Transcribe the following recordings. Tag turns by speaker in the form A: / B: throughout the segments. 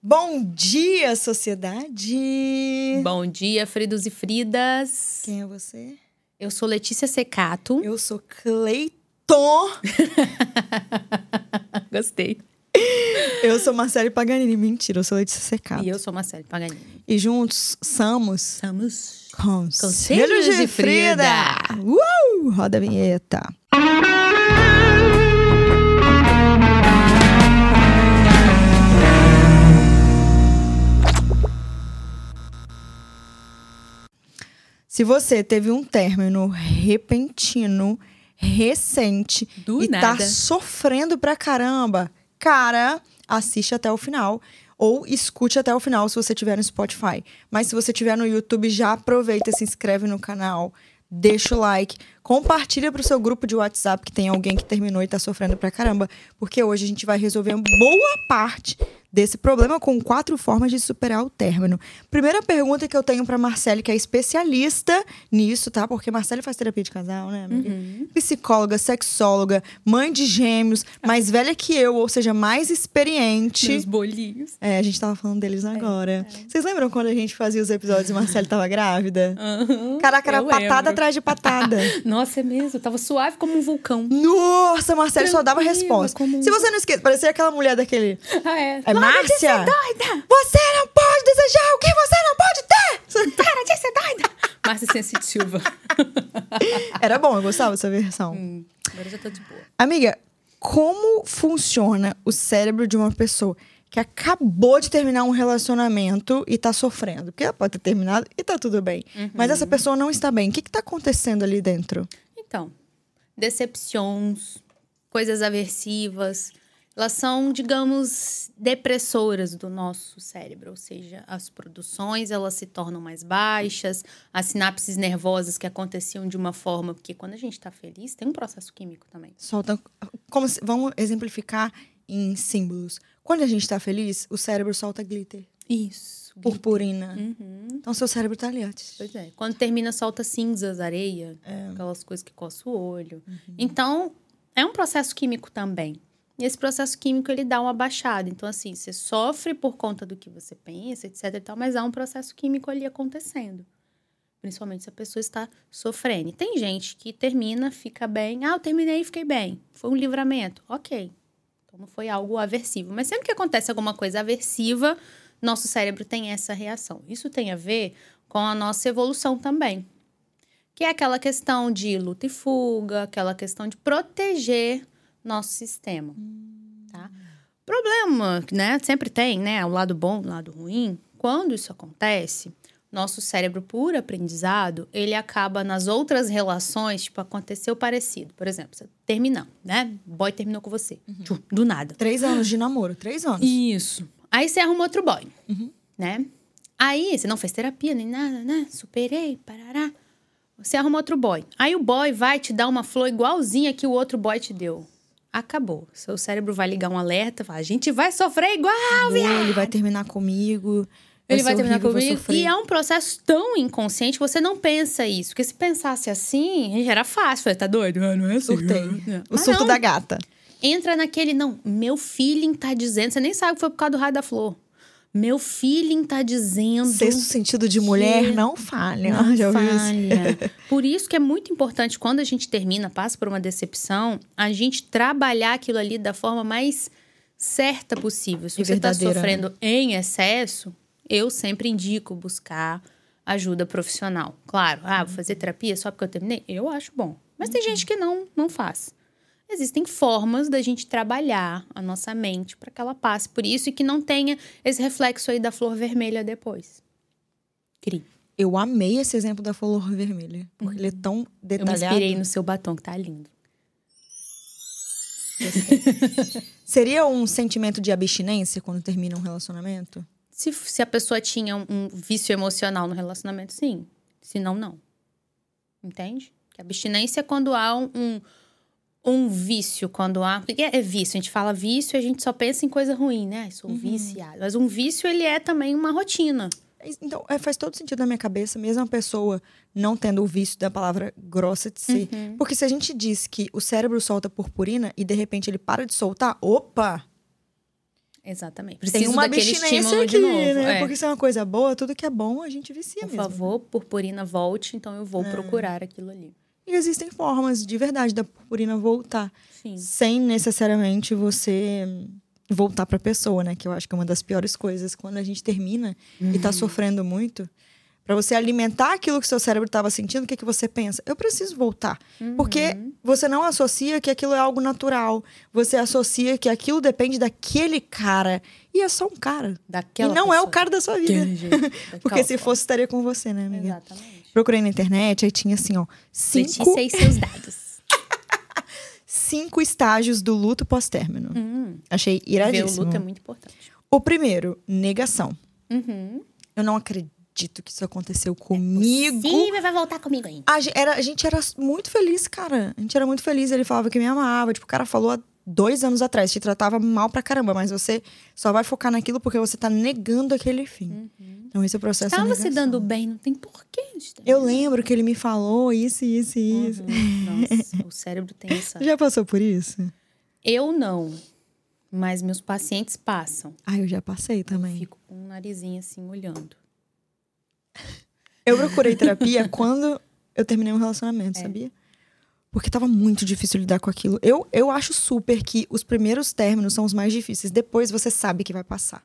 A: Bom dia, sociedade!
B: Bom dia, Fridos e Fridas.
A: Quem é você?
B: Eu sou Letícia Secato.
A: Eu sou Cleiton.
B: Gostei.
A: Eu sou Marcelo Paganini. Mentira, eu sou Letícia Secato.
B: E eu sou Marcelo Paganini.
A: E juntos somos
B: Estamos.
A: Conselhos,
B: Conselhos de Frida.
A: Uh! Roda a vinheta. Se você teve um término repentino, recente,
B: Do
A: e
B: nada.
A: tá sofrendo pra caramba, cara, assiste até o final. Ou escute até o final se você tiver no Spotify. Mas se você tiver no YouTube, já aproveita, se inscreve no canal, deixa o like, compartilha pro seu grupo de WhatsApp que tem alguém que terminou e tá sofrendo pra caramba. Porque hoje a gente vai resolver boa parte desse problema com quatro formas de superar o término. Primeira pergunta que eu tenho pra Marcele, que é especialista nisso, tá? Porque Marcele faz terapia de casal, né, amiga?
B: Uhum.
A: psicóloga, sexóloga, mãe de gêmeos, mais velha que eu, ou seja, mais
B: Meus é.
A: experiente.
B: bolinhos.
A: É, a gente tava falando deles agora. Vocês lembram quando a gente fazia os episódios e Marcelo tava grávida?
B: Aham,
A: Caraca, era
B: eu
A: patada
B: lembro.
A: atrás de patada.
B: Nossa, é mesmo. Tava suave como um vulcão.
A: Nossa, Marcelo só dava
B: Tranquila,
A: resposta.
B: como- um
A: Se você não esquece, parecia aquela mulher daquele.
B: Ah, é.
A: É Márcia?
B: Doida!
A: Você não pode desejar o que você não pode ter!
B: Para de ser doida! Márcia Sensitiva.
A: Era bom, eu gostava dessa versão.
B: Hum, Agora já tô de boa.
A: Amiga, como funciona o cérebro de uma pessoa que acabou de terminar um relacionamento e tá sofrendo? Porque ela pode ter terminado e tá tudo bem.
B: Uhum.
A: Mas essa pessoa não está bem. O que, que tá acontecendo ali dentro?
B: Então, decepções, coisas aversivas, elas são, digamos, depressoras do nosso cérebro, ou seja, as produções elas se tornam mais baixas, as sinapses nervosas que aconteciam de uma forma, porque quando a gente está feliz, tem um processo químico também.
A: Solta. um, Como se- vamos exemplificar em símbolos. Quando a gente tá feliz, o cérebro solta glitter,
B: Isso.
A: purpurina.
B: Uhum.
A: Então seu cérebro tá ali, ó.
B: Pois é. Quando termina, solta cinzas, areia, aquelas coisas que coça o olho. Então, é um processo químico também. E esse processo químico, ele dá uma baixada. Então, assim, você sofre por conta do que você pensa, etc e tal, mas há um processo químico ali acontecendo. Principalmente se a pessoa está sofrendo. E tem gente que termina, fica bem. Ah, eu terminei e fiquei bem. Foi um livramento. Ok. Então, não foi algo aversivo. Mas sempre que acontece alguma coisa aversiva, nosso cérebro tem essa reação. Isso tem a ver com a nossa evolução também. Que é aquela questão de luta e fuga, aquela questão de proteger nosso sistema. Tá? Problema, né? Sempre tem, né? O lado bom, o lado ruim. Quando isso acontece, nosso cérebro, por aprendizado, ele acaba nas outras relações, tipo, aconteceu parecido. Por exemplo, você terminando, né? O boy terminou com você. Tchum, Do nada.
A: Três anos de namoro, três anos.
B: Isso. Aí você arruma outro boy, né? Aí você não fez terapia nem nada, né? Superei, parará. Você arruma outro boy. Aí o boy vai te dar uma flor igualzinha que o outro boy te deu. Acabou. Seu cérebro vai ligar um alerta, vai, a gente vai sofrer igual.
A: Não, ele vai terminar comigo.
B: Ele
A: ser
B: vai terminar
A: horrível, eu vou
B: comigo.
A: sofrer.
B: E é um processo tão inconsciente que você não pensa isso. Porque se pensasse assim, já era fácil. Falei, tá doido? Ah, Não é assim.
A: Surtei.
B: Não.
A: né?" Uhum. O
B: Mas
A: surto
B: não,
A: da gata.
B: entra naquele, não, meu feeling tá dizendo, você nem sabe que foi por causa do raio da flor. Meu feeling tá dizendo.
A: Sexto sentido de mulher
B: que
A: não falha.
B: não
A: Ah, Já ouviu isso?
B: falha. Por isso que é muito importante, quando a gente termina, passa por uma decepção, a gente trabalhar aquilo ali da forma mais certa possível. Se
A: E
B: você está
A: verdadeira, né?
B: sofrendo em excesso, eu sempre indico buscar ajuda profissional. Claro, ah, vou fazer terapia só porque eu terminei? Eu acho bom. Mas
A: Uhum.
B: tem gente que não, não faz. Existem formas da gente trabalhar a nossa mente para que ela passe por isso e que não tenha esse reflexo aí da flor vermelha depois. Cri.
A: Eu amei esse exemplo da flor vermelha. Porque ele é tão
B: Eu me
A: detalhado.
B: inspirei no seu batom, que tá lindo.
A: Seria um sentimento de abstinência quando termina um relacionamento?
B: Se, se a pessoa tinha um, um vício emocional no relacionamento, sim. Se não, não. Entende? Que abstinência é quando há um, um, um vício, quando há. Porque é vício, a gente fala vício e a gente só pensa em coisa ruim, né? Ai,
A: Uhum.
B: Sou viciado. Mas um vício, ele é também uma rotina.
A: Então, é, faz todo sentido na minha cabeça, mesmo a pessoa não tendo o vício da palavra grossa de si.
B: Uhum.
A: Porque se a gente diz que o cérebro solta purpurina e de repente ele para de soltar, opa!
B: Exatamente.
A: Tem
B: Preciso
A: uma
B: daquele
A: abstinência
B: estímulo
A: aqui,
B: de novo.
A: né?
B: é.
A: Porque se é uma coisa boa, tudo que é bom a gente vicia
B: Por
A: mesmo. Ah.
B: favor, purpurina, volte. Então eu vou procurar aquilo ali.
A: E existem formas de verdade da purpurina voltar,
B: Sim.
A: sem necessariamente você hum, voltar pra pessoa, né? Que eu acho que é uma das piores coisas quando a gente termina e
B: Uhum.
A: tá sofrendo muito. Pra você alimentar aquilo que seu cérebro tava sentindo, o que, que você pensa? Eu preciso voltar. Porque
B: Uhum.
A: você não associa que aquilo é algo natural. Você associa que aquilo depende daquele cara. E é só um cara.
B: Daquela
A: e não é o
B: pessoa.
A: cara da sua vida.
B: Daquele jeito,
A: Porque
B: daquela
A: se
B: forma.
A: fosse, estaria com você, né, amiga?
B: Exatamente.
A: Procurei na internet, aí tinha assim, ó. Cinco,
B: Letícia e seus dados.
A: cinco estágios do luto pós-término.
B: Hum,
A: Achei
B: ver o
A: iradíssimo.
B: luto é muito importante.
A: O primeiro, negação.
B: Uhum.
A: Eu não acredito que isso
B: É
A: aconteceu comigo.
B: Sim, mas vai voltar comigo ainda.
A: a, ge- era, a gente era muito feliz, cara. A gente era muito feliz. Ele falava que me amava. Tipo, o cara falou há dois anos atrás. Te tratava mal pra caramba. Mas você só vai focar naquilo porque você tá negando aquele fim. Então, esse é o processo da
B: Estava Uhum. se
A: negação.
B: Tá dando bem, não tem porquê. de estar-
A: Eu lembro que ele me falou isso, isso e isso.
B: Uhum. Nossa, o cérebro tem essa.
A: Já passou por isso?
B: Eu não, mas meus pacientes passam.
A: Ah, eu já passei também.
B: Fico com o narizinho assim, olhando.
A: Eu procurei terapia quando eu terminei um relacionamento, sabia? Porque tava muito difícil lidar com aquilo. Eu, eu acho super que os primeiros términos são os mais difíceis. Depois você sabe que vai passar.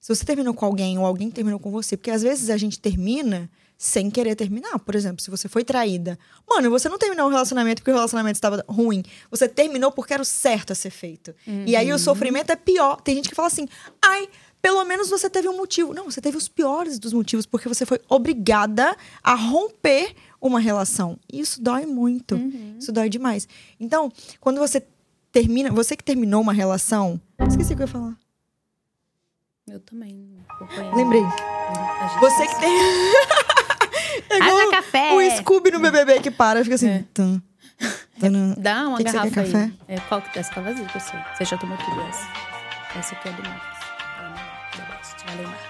A: Se você terminou com alguém ou alguém terminou com você, porque às vezes a gente termina sem querer terminar. Por exemplo, se você foi traída. Mano, você não terminou o relacionamento porque o relacionamento estava ruim. Você terminou porque era o certo a ser feito. E aí o sofrimento é pior. Tem gente que fala assim: ai, pelo menos você teve um motivo. Não, você teve os piores dos motivos porque você foi obrigada a romper uma relação. E Isso dói muito. Isso dói demais. Então, quando você termina, você que terminou uma relação. Esqueci o que eu ia falar.
B: Eu também. acompanhei.
A: Lembrei.
B: A gente
A: Você que tem. é
B: Haja
A: igual
B: café!
A: o Scooby no BBB que para, fica assim. tum, tum.
B: Dá uma
A: Que que você
B: garrafa
A: quer,
B: aí.
A: café?
B: É, qual que tá? Essa tá vazia, que eu sei. Você já tomou tudo essa. Essa aqui é do Marcos. É, do Marcos. Valeu, Marcos.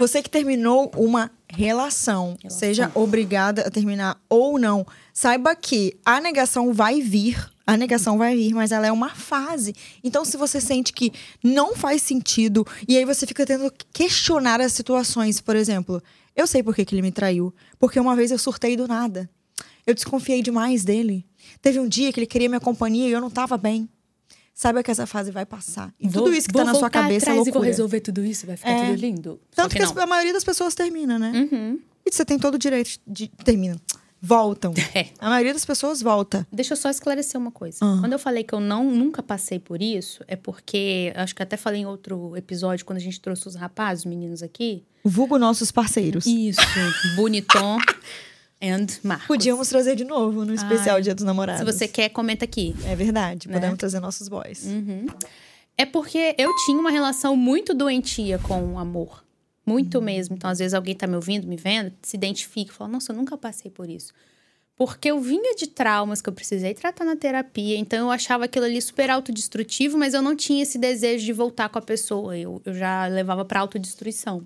A: Você que terminou uma relação,
B: Relação.
A: seja obrigada a terminar ou não, saiba que a negação vai vir. A negação vai vir, mas ela é uma fase. Então, se você sente que não faz sentido, e aí você fica tentando questionar as situações, por exemplo, eu sei por que, que ele me traiu. Porque uma vez eu surtei do nada. Eu desconfiei demais dele. Teve um dia que ele queria minha companhia e eu não tava bem. Saiba que essa fase vai passar. E
B: Vou-
A: tudo isso que tá
B: vou
A: na sua
B: voltar
A: cabeça é
B: atrás e vou
A: loucura.
B: resolver tudo isso, vai ficar
A: É.
B: tudo lindo. Só
A: Tanto que,
B: não.
A: as- a maioria das pessoas termina, né?
B: Uhum.
A: E você tem todo o direito de. Termina. Voltam.
B: É.
A: A maioria das pessoas volta.
B: Deixa eu só esclarecer uma coisa.
A: Ah.
B: Quando eu falei que eu não nunca passei por isso, é porque acho que até falei em outro episódio quando a gente trouxe os rapazes, os meninos aqui.
A: Vulgo nossos parceiros.
B: Isso, Boniton and Marcos.
A: Podíamos trazer de novo no especial Dia dos Namorados.
B: Se você quer, comenta aqui.
A: É verdade.
B: Né? Hum.
A: Podemos trazer nossos boys.
B: É porque eu tinha uma relação muito doentia com o amor. Muito
A: Uhum.
B: mesmo. Então, às vezes, alguém tá me ouvindo, me vendo, se identifica e fala: Nossa, eu nunca passei por isso. Porque eu vinha de traumas que eu precisei tratar na terapia, então eu achava aquilo ali super autodestrutivo, mas eu não tinha esse desejo de voltar com a pessoa. Eu, eu já levava pra autodestruição,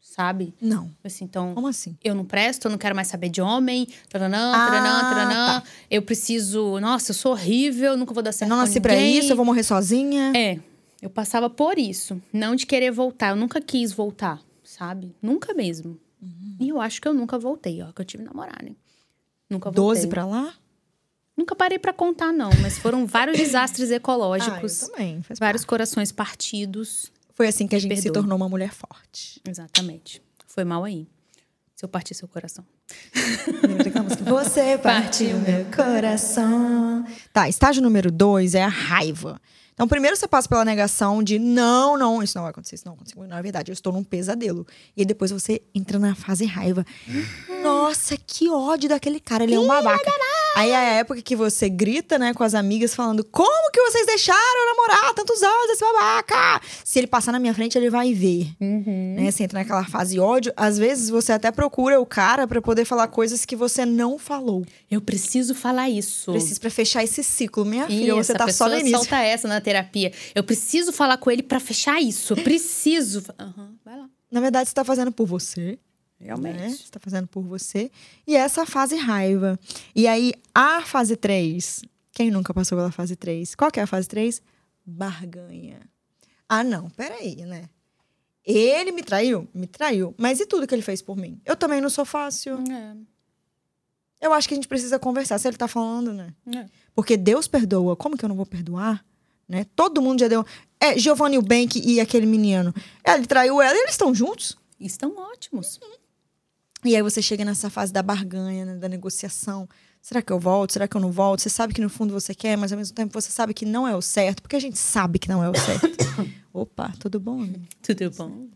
B: sabe?
A: Não.
B: Assim, então,
A: Como assim?
B: eu não presto, eu não quero mais saber de homem, taranã,
A: Ah,
B: taranã, taranã. Eu preciso, nossa, eu sou horrível, nunca vou dar
A: Eu
B: certo
A: não
B: com
A: nasci pra
B: ninguém.
A: isso, eu vou morrer sozinha.
B: É, eu passava por isso. Não de querer voltar. Eu nunca quis voltar, sabe? Nunca mesmo.
A: Uhum.
B: E eu acho que eu nunca voltei, ó. Que eu tive namorado, né? Nunca voltei.
A: Doze pra lá?
B: Nunca parei pra contar, não. Mas foram vários desastres
A: Ah,
B: ecológicos.
A: eu também. Faz
B: vários corações partidos.
A: parte. Foi assim que a gente se
B: Perdoa.
A: tornou uma mulher forte.
B: Exatamente. Foi mal aí. Se eu partir seu coração.
A: Lembra daquela música? Você partiu meu coração. Tá, estágio número dois é a raiva. Então, primeiro você passa pela negação de não, não, isso não vai acontecer, isso não consigo, não é verdade, eu estou num pesadelo. E aí depois você entra na fase raiva. Nossa, que ódio daquele cara, ele é um babaca. Aí é a época que você grita, né, com as amigas falando: "Como que vocês deixaram eu namorar tantos anos esse babaca?" Se ele passar na minha frente, ele vai ver né? Você entra naquela fase ódio. Às vezes você até procura o cara pra poder falar coisas que você não falou.
B: Eu preciso falar isso.
A: Precisa pra fechar esse ciclo, minha
B: Ih,
A: filha. Você
B: essa
A: tá só
B: pessoa é
A: no início.
B: solta essa na terapia. Eu preciso falar com ele pra fechar isso. Eu preciso. fa- Aham, vai lá.
A: Na verdade, você tá fazendo por você. Né? Você tá fazendo por você. E essa fase raiva. E aí, a fase 3. Quem nunca passou pela fase 3? Qual que é a fase 3? Barganha. Ah, não, peraí, né? Ele me traiu? Me traiu. Mas e tudo que ele fez por mim? Eu também não sou fácil.
B: É,
A: Eu acho que a gente precisa conversar, se ele tá falando, né?
B: é.
A: Porque Deus perdoa. Como que eu não vou perdoar? Né? Todo mundo já deu. É, Giovanni Bank e aquele menino. Ele traiu ela e eles estão juntos.
B: Estão ótimos.
A: E aí você chega nessa fase da barganha, né, da negociação. Será que eu volto? Será que eu não volto? Você sabe que no fundo você quer, mas ao mesmo tempo você sabe que não é o certo, porque a gente sabe que não é o certo. Opa, tudo bom? né?
B: Tudo bom.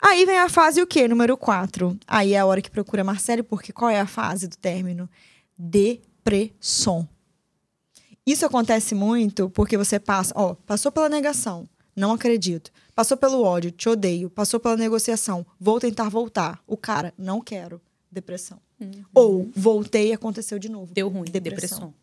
A: Aí vem a fase o quê? Número 4. Aí é a hora que procura Marcelo, porque qual é a fase do término? Depressão. Isso acontece muito porque você passa, ó, passou pela negação, não acredito. Passou pelo ódio, te odeio. Passou pela negociação, vou tentar voltar. O cara, não quero. Depressão. Ou voltei e aconteceu de novo.
B: Deu ruim, depressão.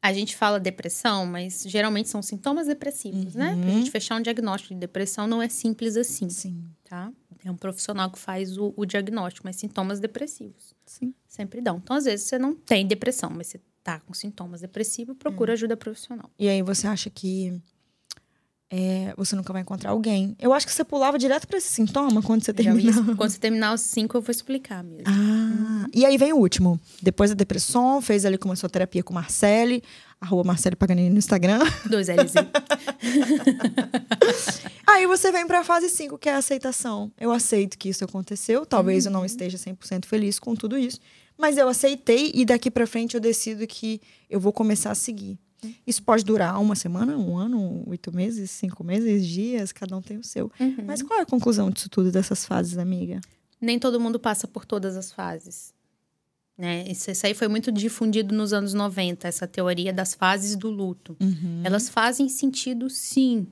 B: A gente fala depressão, mas geralmente são sintomas depressivos, né? Pra gente fechar um diagnóstico de depressão não é simples assim,
A: Sim,
B: tá? É um profissional que faz o, o diagnóstico, mas sintomas depressivos
A: sim.
B: sempre dão. Então, às vezes, você não tem depressão, mas você tá com sintomas depressivos, procura ajuda profissional.
A: E aí você acha que é, você nunca vai encontrar alguém. Eu acho que você pulava direto pra esse sintoma quando você
B: Já
A: terminou.
B: ia- quando você terminar os cinco, eu vou explicar mesmo.
A: Ah, e aí vem o último. Depois da depressão, fez ali, começou a terapia com Marcele, arroba Marcele Paganini no Instagram.
B: Dois L's.
A: Aí você vem pra fase 5, que é a aceitação. Eu aceito que isso aconteceu, talvez eu não esteja 100% feliz com tudo isso, mas eu aceitei e daqui pra frente eu decido que eu vou começar a seguir. Isso pode durar uma semana, um ano, oito meses, cinco meses, dias, cada um tem o seu.
B: Uhum.
A: Mas qual é a conclusão disso tudo, dessas fases, amiga?
B: nem todo mundo passa por todas as fases. Né? Isso, isso aí foi muito difundido nos anos 90, essa teoria das fases do luto.
A: Uhum.
B: Elas fazem sentido, sim.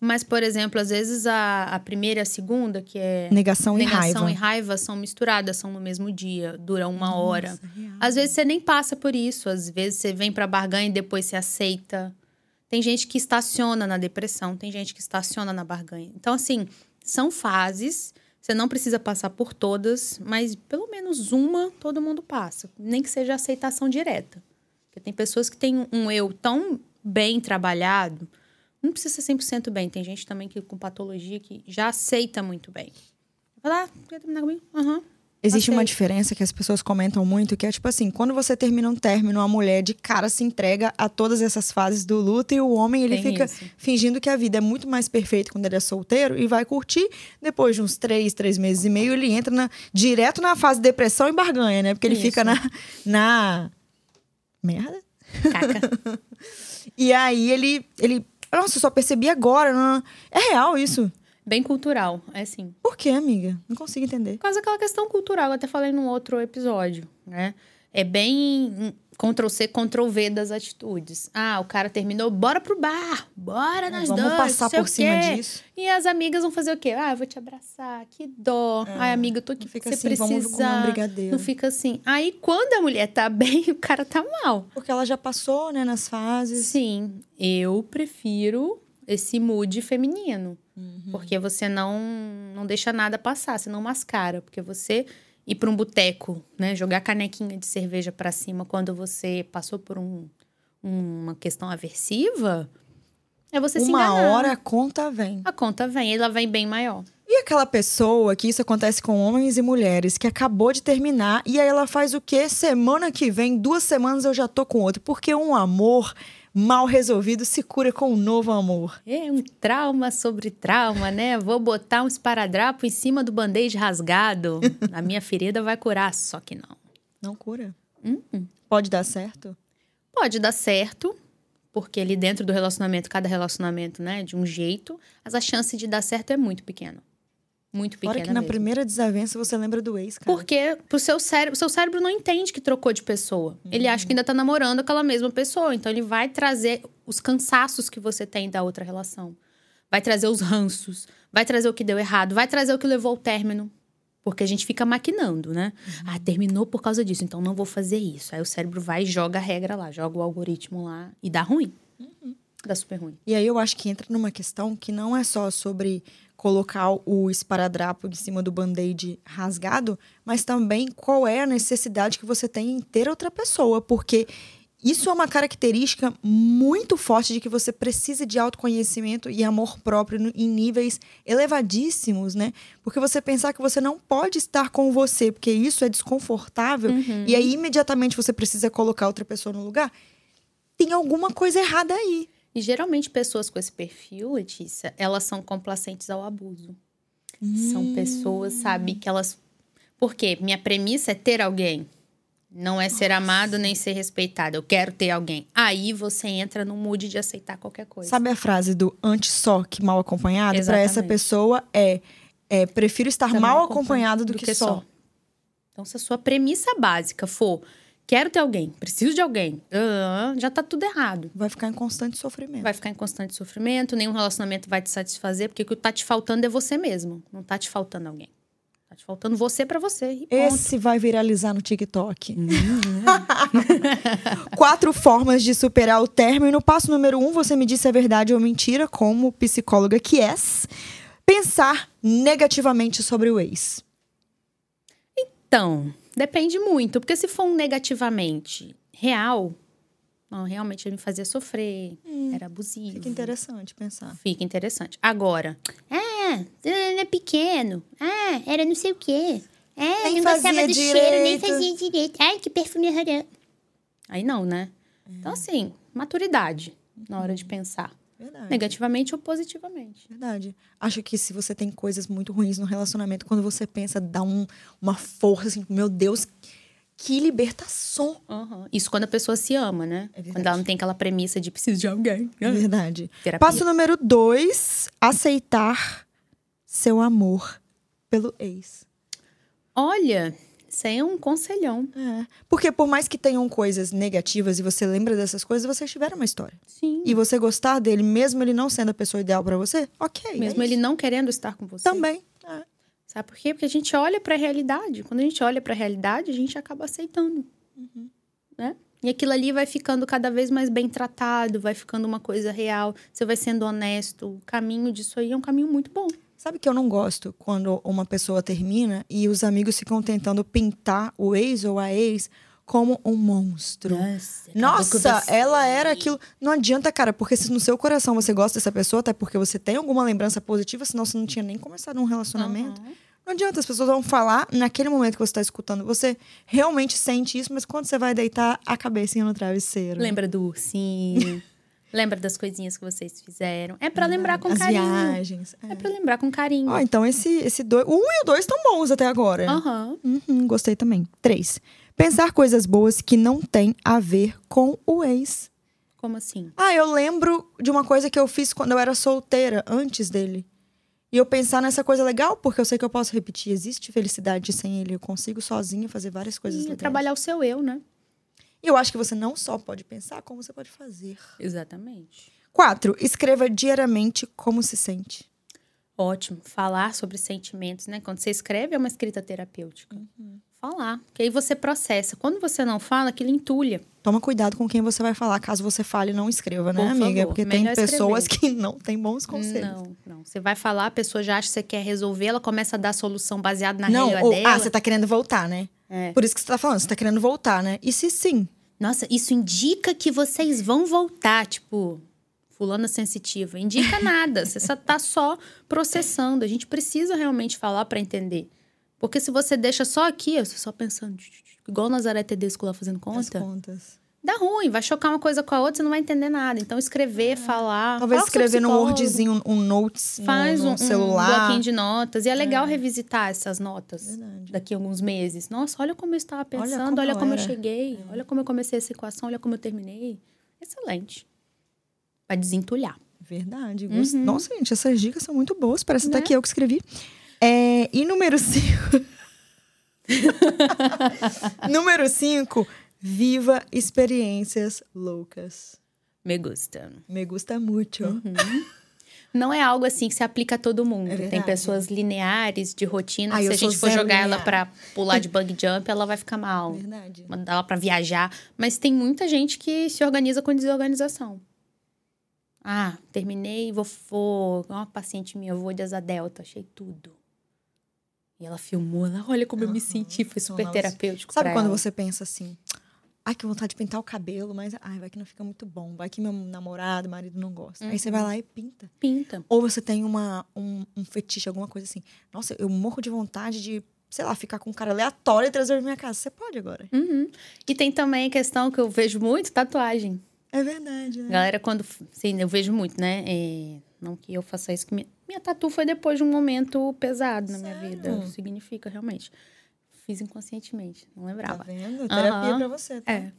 B: Mas, por exemplo, às vezes a, a primeira e a segunda, que é
A: Negação,
B: negação
A: e
B: e
A: raiva.
B: raiva, são misturadas, são no mesmo dia, duram uma hora.
A: Nossa, real.
B: Às vezes você nem passa por isso, às vezes você vem pra barganha e depois você aceita. Tem gente que estaciona na depressão, tem gente que estaciona na barganha. Então, assim, são fases, você não precisa passar por todas, mas pelo menos uma todo mundo passa, nem que seja aceitação direta. Porque tem pessoas que têm um eu tão bem trabalhado, não precisa ser 100% bem, tem gente também que com patologia que já aceita muito bem. Vai lá, quer terminar comigo? Aham.
A: Existe uma
B: Aceito.
A: diferença que as pessoas comentam muito, que é tipo assim, quando você termina um término, a mulher de cara se entrega a todas essas fases do luto e o homem ele
B: Tem
A: fica
B: isso.
A: fingindo que a vida é muito mais perfeita quando ele é solteiro e vai curtir. Depois de uns três, três meses e meio, ele entra na- direto na fase depressão e barganha, né? Porque ele
B: Isso.
A: fica na, na merda.
B: Caca.
A: E aí ele ele, nossa, eu só percebi agora. não, não. É real isso?
B: Bem cultural, é assim.
A: Por quê, amiga? Não consigo entender.
B: Por causa daquela questão cultural, eu até falei num outro episódio, né? É bem hum, Ctrl-C, Ctrl-V das atitudes. Ah, o cara terminou, bora pro bar, bora nós
A: Vamos
B: dois,
A: passar
B: não sei
A: por
B: o
A: cima
B: quê.
A: disso.
B: E as amigas vão fazer o quê? Ah, eu vou te abraçar, que dó. Ai, amiga, eu tô aqui
A: É, Não fica
B: porque
A: assim,
B: você precisa.
A: vamos comer um brigadeiro.
B: não fica assim. Aí, quando a mulher tá bem, o cara tá mal.
A: Porque ela já passou, né, nas fases.
B: Sim, eu prefiro esse mood feminino.
A: Uhum.
B: Porque você não, não deixa nada passar, você não mascara. Porque você ir para um boteco, né? Jogar canequinha de cerveja para cima quando você passou por um, uma questão aversiva, é você se
A: Uma
B: enganar.
A: hora a conta vem.
B: A conta vem, ela vem bem maior.
A: E aquela pessoa que isso acontece com homens e mulheres, que acabou de terminar, e aí ela faz o quê? Semana que vem, duas semanas eu já tô com outro. Porque um amor mal resolvido se cura com um novo amor.
B: É um trauma sobre trauma, né? Vou botar um esparadrapo em cima do band-aid rasgado. A minha ferida vai curar, só que não.
A: Não cura?
B: Hum, hum.
A: Pode dar certo?
B: Pode dar certo, porque ali dentro do relacionamento, cada relacionamento, né, de um jeito, mas a chance de dar certo é muito pequena. Muito
A: Fora
B: pequena.
A: que na
B: mesmo.
A: primeira desavença você lembra do ex, cara.
B: Porque pro seu cérebro, seu cérebro não entende que trocou de pessoa. Ele acha que ainda tá namorando aquela mesma pessoa, então ele vai trazer os cansaços que você tem da outra relação. Vai trazer os ranços, vai trazer o que deu errado, vai trazer o que levou ao término. Porque a gente fica maquinando, né? Ah, terminou por causa disso, então não vou fazer isso. Aí o cérebro vai e joga a regra lá, joga o algoritmo lá e dá ruim. Dá super ruim.
A: E aí eu acho que entra numa questão que não é só sobre colocar o esparadrapo em cima do band-aid rasgado, mas também qual é a necessidade que você tem em ter outra pessoa, porque Isso é uma característica muito forte de que você precisa de autoconhecimento e amor próprio no- em níveis elevadíssimos, né? Porque você pensar que você não pode estar com você, porque isso é desconfortável, e aí imediatamente você precisa colocar outra pessoa no lugar, tem alguma coisa errada aí.
B: E geralmente pessoas com esse perfil, Letícia, elas são complacentes ao abuso.
A: Hum.
B: São pessoas, sabe, que elas. Porque minha premissa é ter alguém. Não é ser amado nem ser respeitado. Eu quero ter alguém. Aí você entra no mood de aceitar qualquer coisa.
A: Sabe a frase do antes só que mal acompanhado? Para essa
B: Exatamente.
A: pessoa é, é, prefiro estar
B: Tá
A: mal
B: acompan-
A: acompanhado do, que, só.
B: Então, se a sua premissa básica for quero ter alguém, preciso de alguém, ah, já tá tudo errado.
A: Vai ficar em constante sofrimento.
B: Vai ficar em constante sofrimento, nenhum relacionamento vai te satisfazer, porque o que tá te faltando é você mesmo. Não tá te faltando alguém. Tá te faltando você pra você. E ponto.
A: Esse vai viralizar no TikTok. Uhum. Quatro formas de superar o término. Passo número um: você me disse a verdade ou mentira, como psicóloga que és. Pensar negativamente sobre o ex.
B: Então, depende muito, porque se for um negativamente real, não, realmente ele me fazia sofrer, era abusivo.
A: Hum. Fica interessante pensar.
B: Fica interessante. Agora, ah, ele é pequeno. Ah, era não sei o quê. Ah,
A: Nem
B: não gostava
A: fazia
B: do cheiro, nem
A: direito.
B: fazia direito. Ai, que perfume horroroso. Aí não, né?
A: Hum.
B: Então, assim, maturidade na hora de pensar.
A: Verdade.
B: Negativamente ou positivamente.
A: Verdade. Acho que se você tem coisas muito ruins no relacionamento, quando você pensa, dá um- uma força assim, meu Deus, que libertação.
B: Aham. Isso quando a pessoa se ama, né?
A: É verdade.
B: quando ela não tem aquela premissa de preciso de alguém.
A: É verdade.
B: Terapia.
A: Passo número dois: aceitar seu amor pelo ex.
B: Olha, isso aí é um conselhão.
A: É. Porque por mais que tenham coisas negativas e você lembra dessas coisas, vocês tiveram uma história.
B: Sim.
A: E você gostar dele, mesmo ele não sendo a pessoa ideal pra você, ok.
B: Mesmo
A: é
B: ele
A: isso.
B: não querendo estar com você.
A: Também. É.
B: Sabe por quê? Porque a gente olha pra realidade. Quando a gente olha pra realidade, a gente acaba aceitando.
A: Uhum.
B: Né? E aquilo ali vai ficando cada vez mais bem tratado, vai ficando uma coisa real, você vai sendo honesto. O caminho disso aí é um caminho muito bom.
A: Sabe que eu não gosto quando uma pessoa termina e os amigos ficam tentando pintar o ex ou a ex como um monstro.
B: Nossa,
A: Nossa, ela era aquilo. Não adianta, cara, porque se no seu coração você gosta dessa pessoa, até porque você tem alguma lembrança positiva, senão você não tinha nem começado um relacionamento. Não adianta, as pessoas vão falar naquele momento que você está escutando. Você realmente sente isso, mas quando você vai deitar a cabecinha no travesseiro.
B: Lembra do ursinho? lembra das coisinhas que vocês fizeram? É pra lembrar com
A: Uhum. As
B: carinho.
A: viagens.
B: É
A: É.
B: pra lembrar com carinho.
A: Ó, então esse, esse dois. O um e o dois estão bons até agora.
B: Aham.
A: Uhum, gostei também. Três. Pensar coisas boas que não têm a ver com o ex.
B: Como assim?
A: Ah, eu lembro de uma coisa que eu fiz quando eu era solteira, antes dele. E eu pensar nessa coisa legal, porque eu sei que eu posso repetir. Existe felicidade sem ele. Eu consigo sozinha fazer várias coisas
B: Ih,
A: legais.
B: trabalhar o seu eu, né?
A: E eu acho que você não só pode pensar, como você pode fazer.
B: Exatamente.
A: Quatro, escreva diariamente como se sente.
B: Ótimo. Falar sobre sentimentos, né? Quando você escreve, é uma escrita terapêutica.
A: Uhum.
B: Falar. Que aí você processa. Quando você não fala, aquilo entulha.
A: Toma cuidado com quem você vai falar, caso você fale, não escreva, né,
B: Por
A: amiga?
B: favor,
A: Porque tem
B: melhor
A: pessoas que não têm bons conselhos.
B: Não, não. Você vai falar, a pessoa já acha que você quer resolver, ela começa a dar solução baseada na
A: Não,
B: regra
A: ou,
B: dela.
A: ah, você tá querendo voltar, né?
B: É.
A: Por isso que você tá falando, você tá querendo voltar, né? E se sim?
B: Nossa, isso indica que vocês vão voltar, tipo, fulana sensitiva. Indica nada, você só tá só processando. A gente precisa realmente falar pra entender. Porque se você deixa só aqui, ó, você só pensando, tch, tch, tch, igual Nazaré Tedesco lá fazendo
A: As
B: conta,
A: contas.
B: dá ruim, vai chocar uma coisa com a outra, você não vai entender nada. Então escrever, falar,
A: Talvez
B: Ah, fala com seu
A: escrever num
B: psicólogo,
A: Wordzinho, um Notes,
B: faz
A: no, no
B: um, um
A: celular.
B: bloquinho de notas e é legal revisitar essas notas
A: Verdade.
B: daqui a alguns meses. Nossa, olha como eu estava
A: Olha
B: pensando, olha
A: como é.
B: como,
A: eu
B: eu,
A: era.
B: cheguei, olha como eu comecei essa equação, olha como eu terminei. Excelente. Vai desentulhar.
A: Verdade.
B: Uhum.
A: gost- Nossa, gente, essas dicas são muito boas. Parece
B: Né?
A: até que eu que escrevi. É, e número 5. número 5. Viva experiências loucas.
B: Me gusta.
A: Me gusta muito.
B: Uhum. Não é algo assim que se aplica a todo mundo.
A: É
B: Tem
A: verdade.
B: pessoas lineares de rotina.
A: Ah,
B: que se
A: eu
B: a gente
A: sou
B: for
A: zero
B: jogar ela
A: linear.
B: pra pular de bug jump, ela vai ficar mal.
A: Verdade.
B: Mandar ela pra viajar. Mas tem muita gente que se organiza com desorganização. Ah, terminei, vou. vou uma paciente minha, vou de asa delta, achei tudo. E ela filmou, ela, olha como eu me senti, foi super
A: Nossa.
B: terapêutico.
A: Sabe
B: pra
A: quando
B: ela.
A: você pensa assim? Ai, que vontade de pintar o cabelo, mas ai, vai que não fica muito bom. Vai que meu namorado, marido não gosta. Aí você vai
B: Uhum.
A: lá e pinta.
B: Pinta.
A: Ou você tem uma, um, um fetiche, alguma coisa assim. Nossa, eu morro de vontade de, sei lá, ficar com um cara aleatório e trazer pra minha casa. Você pode agora.
B: Uhum. E tem também a questão que eu vejo muito, tatuagem.
A: É verdade, né?
B: Galera, quando. Sim, eu vejo muito, né? É, não que eu faça isso, que minha, minha tatu foi depois de um momento pesado na minha
A: Sério?
B: vida. Significa, realmente. Fiz inconscientemente, não
A: Tá
B: lembrava.
A: vendo? Terapia
B: Aham.
A: pra você. Tá?
B: É.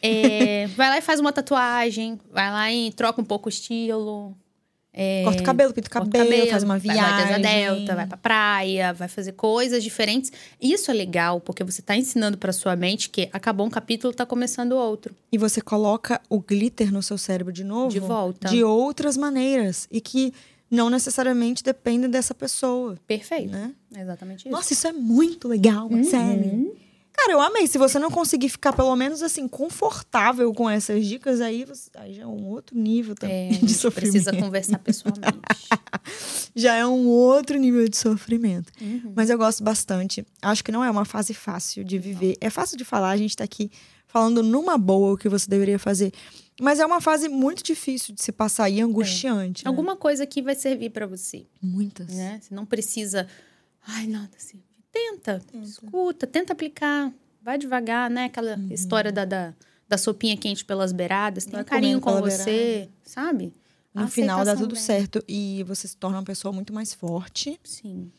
B: É, vai lá e faz uma tatuagem, vai lá e troca um pouco o estilo.
A: Corta o cabelo, pinta o
B: corta o
A: cabelo, faz uma viagem.
B: Vai pra Asa Delta, vai pra praia, vai fazer coisas diferentes. Isso é legal, porque você tá ensinando pra sua mente que acabou um capítulo, tá começando outro.
A: E você coloca o glitter no seu cérebro de novo.
B: De volta.
A: De outras maneiras. E que não necessariamente dependem dessa pessoa,
B: Perfeito.
A: né?
B: É exatamente isso.
A: Nossa, isso é muito legal,
B: Uhum.
A: sério. Cara, eu amei. Se você não conseguir ficar, pelo menos, assim, confortável com essas dicas, aí, você- aí já é um outro nível
B: É,
A: também
B: a
A: de
B: gente
A: sofrimento.
B: precisa conversar pessoalmente.
A: Já é um outro nível de sofrimento.
B: Uhum.
A: Mas eu gosto bastante. Acho que não é uma fase fácil de viver. É fácil de falar, a gente tá aqui falando numa boa o que você deveria fazer. Mas é uma fase muito difícil de se passar
B: É.
A: e angustiante. né?
B: Alguma coisa que vai servir pra você,
A: Muitas.
B: né? Você não precisa. Ai, nada assim. Tenta, escuta, tenta aplicar. Vai devagar, né? Aquela história da, da, da sopinha quente pelas beiradas. Tem
A: Uhum. Vai
B: um carinho com
A: comendo pela
B: você, sabe?
A: No
B: A
A: final dá
B: aceitação né?
A: tudo
B: dela.
A: certo e você se torna uma pessoa muito mais forte.
B: Sim.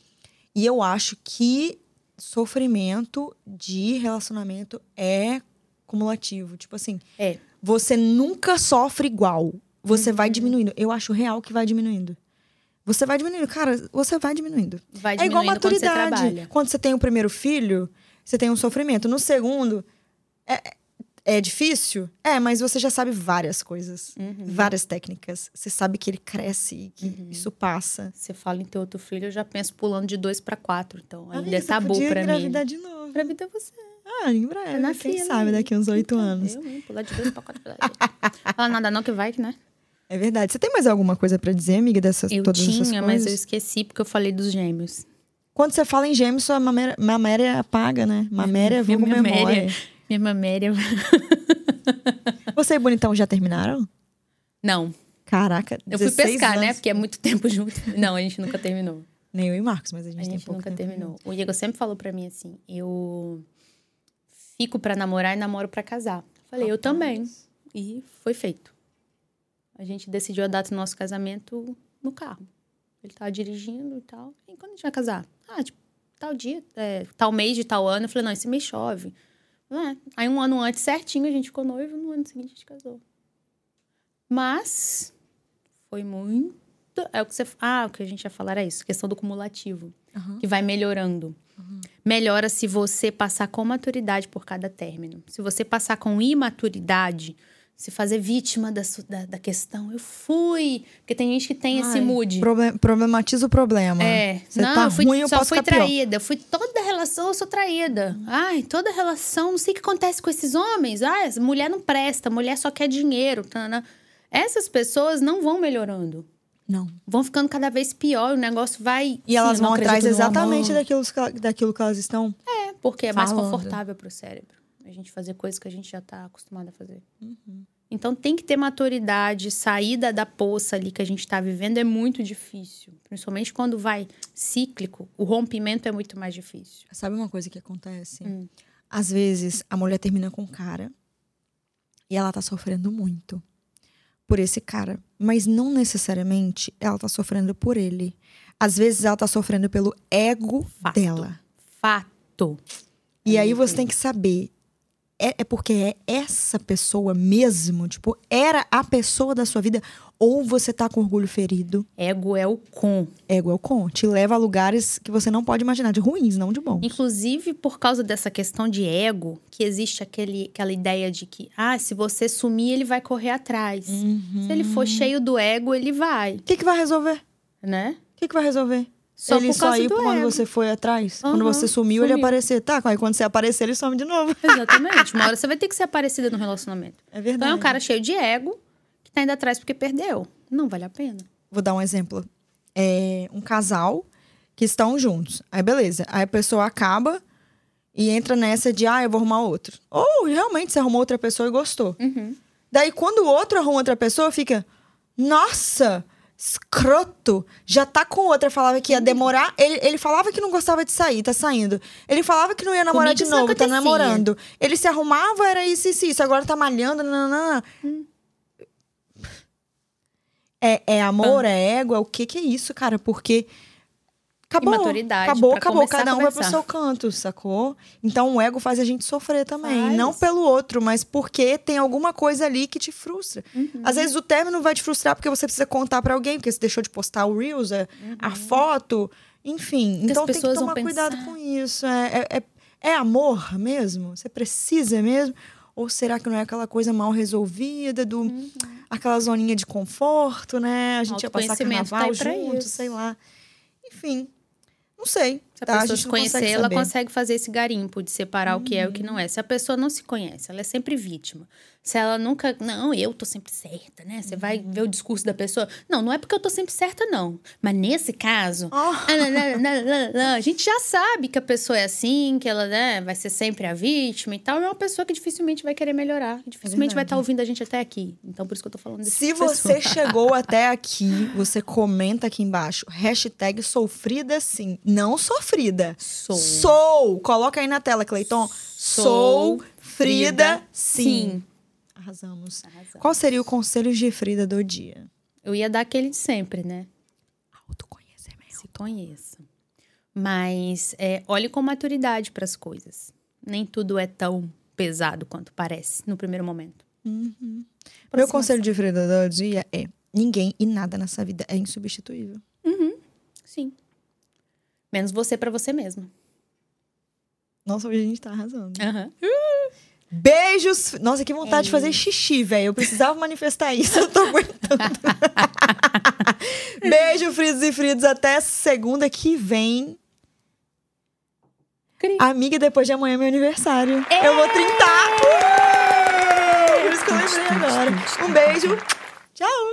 A: E eu acho que sofrimento de relacionamento é cumulativo. Tipo assim,
B: É.
A: você nunca sofre igual. Você
B: Uhum.
A: vai diminuindo. Eu acho real que vai diminuindo. Você vai diminuindo. Cara, você vai diminuindo.
B: Vai
A: É igual
B: diminuindo quando você
A: maturidade.
B: trabalha.
A: Quando você tem o primeiro filho, você tem um sofrimento. No segundo, é, é difícil? É, mas você já sabe várias coisas.
B: Uhum.
A: Várias técnicas. Você sabe que ele cresce e que isso passa.
B: Você fala em ter outro filho, eu já penso pulando de dois pra quatro. Então, ainda
A: Amiga,
B: é
A: você
B: tabu
A: podia
B: pra mim.
A: engravidar de novo.
B: Pra mim, é você.
A: Ah, em breve.
B: na
A: quem
B: fila
A: sabe
B: aí.
A: daqui uns oito
B: né? Então,
A: anos.
B: Eu, hein? Pular de dois pra quatro. Fala nada não que vai, né?
A: É verdade. Você tem mais alguma coisa pra dizer, amiga, dessas
B: Eu
A: todas essas
B: tinha,
A: coisas?
B: mas eu esqueci porque eu falei dos gêmeos.
A: Quando você fala em gêmeos, sua maméria, maméria apaga, né? Maméria,
B: Minha
A: vulgo memória.
B: maméria. Minha maméria...
A: Você e Bonitão já terminaram?
B: Não,
A: Caraca,
B: eu fui
A: 16
B: pescar, né?
A: anos.
B: Porque é muito tempo junto. Não, a gente nunca terminou.
A: Nem eu e Marcos, mas a gente,
B: A
A: tem
B: gente
A: pouco
B: nunca
A: tempo né?
B: terminou. O Diego sempre falou pra mim assim, eu fico pra namorar e namoro pra casar. Falei, eu também. E foi feito. A gente decidiu a data do nosso casamento no carro. Ele tava dirigindo e tal. E quando a gente vai casar? Ah, tipo, tal dia, é, tal mês de tal ano. Eu falei, não, esse mês chove. Não é. Aí um ano antes, certinho, a gente ficou noivo. No ano seguinte, a gente casou. Mas foi muito... É o que você... Ah, o que a gente ia falar era isso. Questão do cumulativo
A: Aham.
B: que vai melhorando. Melhora se você passar com maturidade por cada término. Se você passar com imaturidade, se fazer vítima da, su- da, da questão, eu fui. Porque tem gente que tem esse
A: Ai,
B: mood.
A: Proble- problematiza o problema.
B: É,
A: Você
B: não,
A: tá
B: eu fui,
A: ruim, eu
B: só
A: posso
B: fui
A: ficar pior.
B: traída. Eu fui toda relação, eu sou traída. Ai, toda relação, não sei o que acontece com esses homens. Ah, essa mulher não presta, mulher só quer dinheiro. Tana. Essas pessoas não vão melhorando.
A: Não.
B: Vão ficando cada vez pior, o negócio vai.
A: E elas
B: Sim, eu não
A: vão atrás
B: acredito no
A: exatamente
B: amor.
A: daquilo que, ela- daquilo que elas estão.
B: Porque é mais
A: Falando.
B: confortável para o cérebro. A gente fazer coisas que a gente já está acostumado a fazer. Então tem que ter maturidade, saída da poça ali que a gente está vivendo é muito difícil. Principalmente quando vai cíclico, o rompimento é muito mais difícil.
A: Sabe uma coisa que acontece?
B: Hum.
A: Às vezes a mulher termina com um cara e ela tá sofrendo muito por esse cara, mas não necessariamente ela tá sofrendo por ele. Às vezes ela tá sofrendo pelo ego
B: Fato.
A: dela.
B: Fato.
A: E aí
B: Uhum.
A: você tem que saber é, é porque é essa pessoa mesmo, tipo, era a pessoa da sua vida ou você tá com orgulho ferido?
B: Ego é o com.
A: Ego é o com, te leva a lugares que você não pode imaginar, de ruins, não de bom.
B: Inclusive, por causa dessa questão de ego, que existe aquele, aquela ideia de que, ah, se você sumir, ele vai correr atrás. Se ele for cheio do ego, ele vai,
A: O que que vai resolver?
B: né?
A: O que que vai resolver?
B: Só
A: ele
B: por causa
A: saiu
B: do
A: quando
B: ego.
A: você foi atrás. Quando
B: Aham,
A: você sumiu, ele
B: sumiu.
A: apareceu. Tá, aí quando você aparecer, ele some de novo.
B: Exatamente. Uma hora você vai ter que ser aparecida no relacionamento.
A: É verdade.
B: Então é um cara cheio de ego que tá indo atrás porque perdeu. Não vale a pena.
A: Vou dar um exemplo. É um casal que estão juntos. Aí, beleza. Aí a pessoa acaba E entra nessa de, ah, eu vou arrumar outro. Ou realmente você arrumou outra pessoa e gostou.
B: Uhum.
A: Daí, quando o outro arruma outra pessoa, fica, nossa, escroto, já tá com outra. Falava
B: Uhum.
A: que ia demorar. Ele, ele falava que não gostava de sair, tá saindo. Ele falava que não ia namorar
B: Comigo
A: de
B: isso
A: novo, tá
B: acontecia.
A: namorando. Ele se arrumava, era isso, isso, isso. Agora tá malhando, nananã. É, é amor,
B: Ah.
A: é ego, é o que que é isso, cara? Porque. Acabou.
B: maturidade
A: acabou,
B: pra
A: acabou.
B: começar a
A: Cada um vai pro
B: conversar.
A: seu canto, sacou? Então o ego faz a gente sofrer também.
B: Faz.
A: Não pelo outro, mas porque tem alguma coisa ali que te frustra.
B: Uhum.
A: Às vezes o término vai te frustrar porque você precisa contar pra alguém, porque você deixou de postar o Reels, a, a foto, enfim.
B: Uhum. as
A: então tem que
B: pessoas vão
A: tomar cuidado
B: pensar.
A: com isso. É, é, é- é amor mesmo? Você precisa mesmo? Ou será que não é aquela coisa mal resolvida, do
B: Uhum.
A: aquela zoninha de conforto, né? A gente ia passar
B: Autoconhecimento tá
A: carnaval
B: aí pra
A: junto,
B: isso.
A: sei lá. Enfim, não sei.
B: Se a
A: tá?
B: pessoa
A: gente
B: se
A: não consegue
B: conhecer, ela
A: saber.
B: consegue fazer esse garimpo de separar o que é e o que não é. Se a pessoa não se conhece, ela é sempre vítima. Se ela nunca. Não, eu tô sempre certa, né? Você vai ver o discurso da pessoa. Não, não é porque eu tô sempre certa, não. Mas nesse caso.
A: Ah,
B: ah, lá, lá, lá, lá, lá. A gente já sabe que a pessoa é assim, que ela né, vai ser sempre a vítima e tal. É uma pessoa que dificilmente vai querer melhorar. que Dificilmente vai
A: verdade.
B: estar ouvindo a gente até aqui. Então, por isso que eu tô falando desse
A: Se
B: tipo de pessoa.
A: você chegou até aqui, você comenta aqui embaixo. Hashtag sofrida sim. Não sofrida.
B: Sou.
A: Sou. Coloca aí na tela, Cleiton. Sou. Frida,
B: Frida,
A: sim. Arrasamos.
B: Arrasou.
A: Qual seria o conselho de Frida do dia?
B: Eu ia dar aquele de sempre, né?
A: Autoconhecimento.
B: Se conheça. Mas é, olhe com maturidade para as coisas. Nem tudo é tão pesado quanto parece no primeiro momento.
A: Uhum. Meu conselho de Frida do dia é: ninguém e nada nessa vida é insubstituível.
B: Sim. Menos você para você mesma.
A: Nossa, hoje a gente tá arrasando. É
B: Aham.
A: Beijos! Nossa, que vontade de fazer xixi, velho. Eu precisava manifestar isso, eu tô aguentando. Beijo, fridos e fridos. Até segunda que vem.
B: Cri.
A: Amiga, depois de amanhã é meu aniversário. Eu vou É! trintar! Uhul! Por isso que eu lembrei agora. Um beijo. Tchau!